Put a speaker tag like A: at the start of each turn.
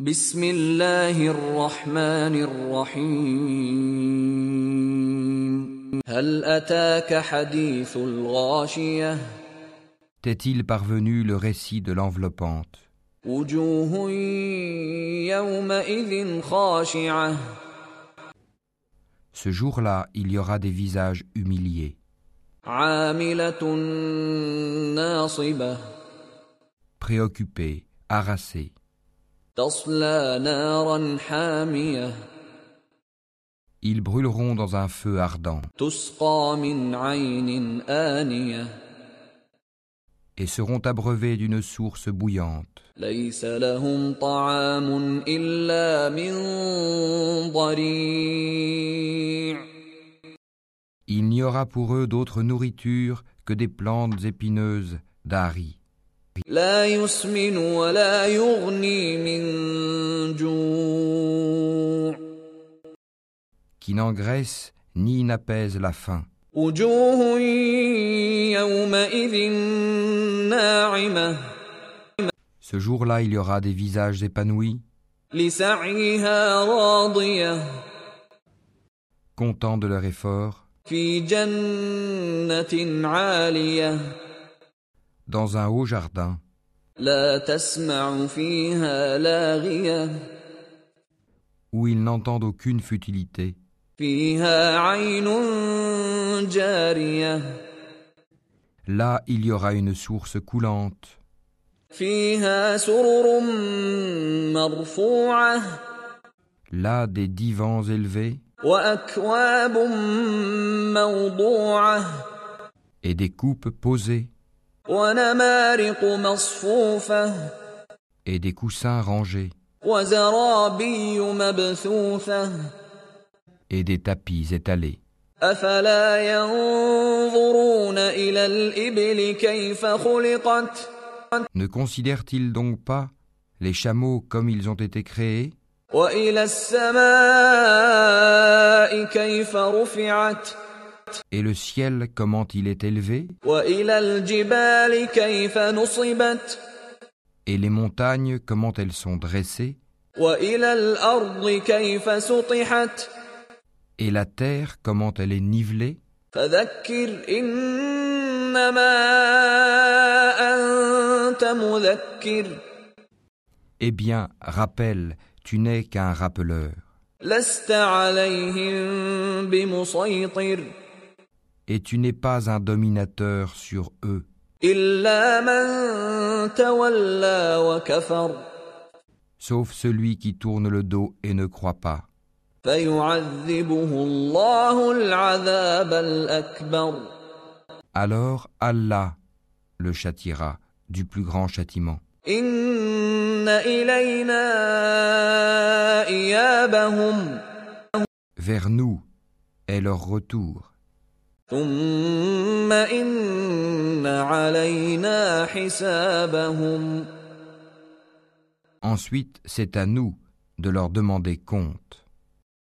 A: بسم الله الرحمن الرحيم هل أتاك حديث الغاشية
B: T'est-il parvenu le récit de l'enveloppante
A: وجوه يومئذ خاشعة
B: Ce jour-là, il y aura des visages humiliés,
A: عاملة ناصبة
B: préoccupés, harassés.
A: تصلى نارا حامية
B: Ils brûleront dans un feu ardent
A: تسقى من عين آنية
B: et seront abreuvés d'une source bouillante.
A: ليس لهم طعام إلا من ضريع
B: Il n'y aura pour eux d'autre nourriture que des plantes épineuses d'Ari,
A: لا يسمن ولا يغني من جوع
B: qui n'engraissent ni n'apaisent la faim.
A: وجوه يومئذ ناعمة
B: Ce jour-là, il y aura des visages épanouis,
A: لسعيها راضية
B: contents de leur effort,
A: في جنة عالية
B: dans un haut jardin.
A: لا تسمع فيها لاغية
B: où ils n'entendent aucune futilité,
A: فيها عين جارية
B: là il y aura une source coulante,
A: فيها سرر مرفوعة
B: là des divans élevés
A: وأكواب موضوعة
B: et des coupes posées
A: ونمارق مصفوفة
B: et des coussins rangés
A: وزرابي مبثوثة
B: et des tapis étalés.
A: أفلا ينظرون إلى الإبل كيف خلقت
B: Ne considèrent-ils donc pas les chameaux comme ils ont été créés
A: وإلى السماء كيف رفعت
B: et le ciel comment il est élevé
A: وإلى الجبال كيف نصبت
B: et les montagnes comment elles sont dressées
A: وإلى الأرض كيف سطحت
B: et la terre comment elle est nivelée
A: فذكر إنما أنت مذكر
B: Eh bien, rappelle, tu n'es qu'un rappeleur
A: لست عليهم بمسيطر
B: et tu n'es pas un dominateur sur eux.
A: إلا من تولى وكفر
B: sauf celui qui tourne le dos et ne croit pas.
A: فيعذبه الله العذاب الأكبر
B: Alors Allah le châtiera du plus grand châtiment.
A: إن إلينا إيابهم
B: Vers nous est leur retour,
A: ثم إن علينا حسابهم
B: ensuite c'est à nous de leur demander compte.